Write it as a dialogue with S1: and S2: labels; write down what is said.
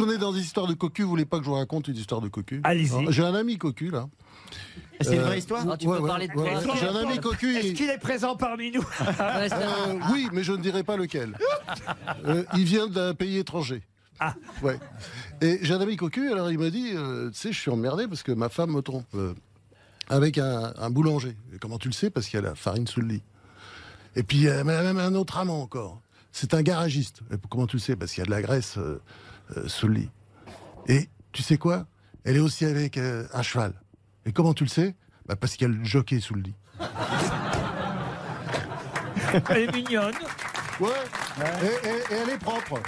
S1: on est dans des histoires de cocu, vous voulez pas que je vous raconte une histoire de cocu
S2: Allez-y.
S1: Non, J'ai un ami cocu là.
S3: C'est une
S1: Euh,
S3: vraie histoire
S4: Non, Ah, tu
S1: ouais,
S4: peux
S1: ouais,
S4: parler de
S1: ouais,
S4: toi.
S1: ouais. J'ai un ami cocu.
S2: Est-ce
S1: il-
S2: qu'il est présent parmi nous
S4: Ouais, c'est un-
S1: Euh, oui, mais je ne dirai pas lequel. Euh, il vient d'un pays étranger.
S2: Ah.
S1: Ouais. Et j'ai un ami cocu, alors il me dit, euh, tu sais, je suis emmerdé parce que ma femme me trompe euh, avec un, un boulanger. Et comment tu le sais Parce qu'il y a la farine sous le lit. Et puis euh, même un autre amant encore. C'est un garagiste. Et comment tu le sais Parce qu'il y a de la graisse euh, euh, sous le lit. Et tu sais quoi Elle est aussi avec euh, un cheval. Et comment tu le sais Bah, Parce qu'il y a le jockey sous le lit.
S2: Elle est mignonne.
S1: Ouais. Et, et- et elle est propre.